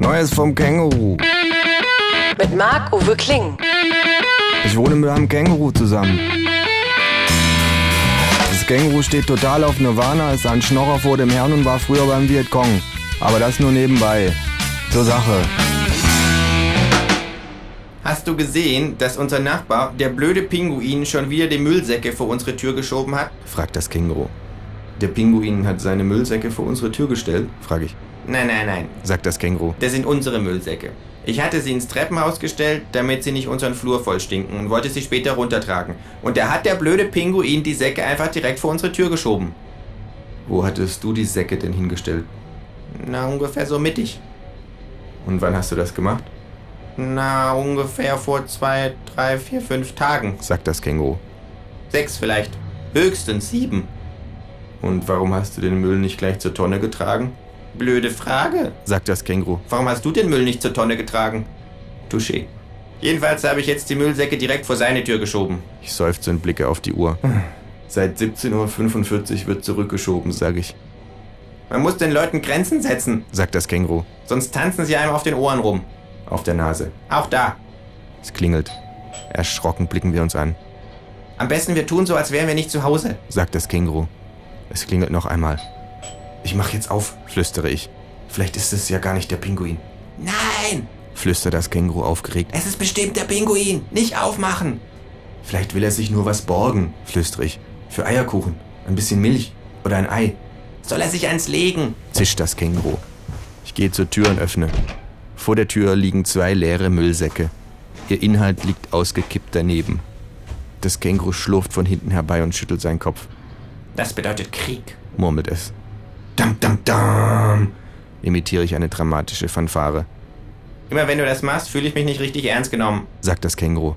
Neues vom Känguru. Mit Marc-Uwe Kling. Ich wohne mit einem Känguru zusammen. Das Känguru steht total auf Nirvana, ist ein Schnorrer vor dem Herrn und war früher beim Vietcong. Aber das nur nebenbei. Zur Sache. Hast du gesehen, dass unser Nachbar, der blöde Pinguin, schon wieder die Müllsäcke vor unsere Tür geschoben hat? fragt das Känguru. Der Pinguin hat seine Müllsäcke vor unsere Tür gestellt, frage ich. Nein, nein, nein, sagt das Känguru. das sind unsere Müllsäcke. Ich hatte sie ins Treppenhaus gestellt, damit sie nicht unseren Flur vollstinken und wollte sie später runtertragen. Und da hat der blöde Pinguin die Säcke einfach direkt vor unsere Tür geschoben. Wo hattest du die Säcke denn hingestellt? Na, ungefähr so mittig. Und wann hast du das gemacht? Na, ungefähr vor zwei, drei, vier, fünf Tagen. sagt das Känguru. Sechs vielleicht. Höchstens sieben. Und warum hast du den Müll nicht gleich zur Tonne getragen? Blöde Frage. sagt das Känguru. Warum hast du den Müll nicht zur Tonne getragen? Touché. Jedenfalls habe ich jetzt die Müllsäcke direkt vor seine Tür geschoben. Hm. Ich seufze und blicke auf die Uhr. Seit 17.45 Uhr wird zurückgeschoben, sage ich, Man muss den Leuten Grenzen setzen, sagt das Känguru. sonst tanzen sie einem auf den Ohren rum. Auf der Nase. Auch da. Es klingelt. Erschrocken blicken wir uns an, Am besten wir tun so, als wären wir nicht zu Hause. sagt das Känguru. Es klingelt noch einmal. Ich mach jetzt auf, flüstere ich. Vielleicht ist es ja gar nicht der Pinguin, Nein! flüstert das Känguru aufgeregt. Es ist bestimmt der Pinguin! Nicht aufmachen! Vielleicht will er sich nur was borgen, flüstere ich. Für Eierkuchen, ein bisschen Milch oder ein Ei, Soll er sich eins legen? zischt das Känguru. Ich gehe zur Tür und öffne. Vor der Tür liegen zwei leere Müllsäcke. Ihr Inhalt liegt ausgekippt daneben. Das Känguru schlurft von hinten herbei und schüttelt seinen Kopf, Das bedeutet Krieg. murmelt es. Dam, dam, dam! Imitiere ich eine dramatische Fanfare, Immer wenn du das machst, fühle ich mich nicht richtig ernst genommen. sagt das Känguru.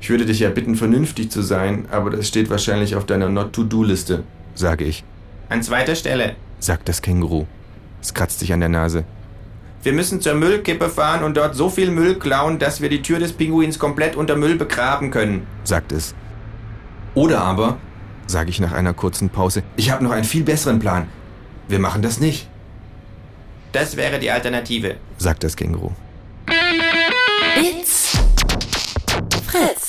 Ich würde dich ja bitten, vernünftig zu sein, aber das steht wahrscheinlich auf deiner Not-to-Do-Liste. Sage ich, An zweiter Stelle. sagt das Känguru. Es kratzt sich an der Nase. Wir müssen zur Müllkippe fahren und dort so viel Müll klauen, dass wir die Tür des Pinguins komplett unter Müll begraben können. sagt es, Oder aber, sage ich nach einer kurzen Pause. ich habe noch einen viel besseren Plan. Wir machen das nicht, Das wäre die Alternative. sagt das Känguru. It's Fritz.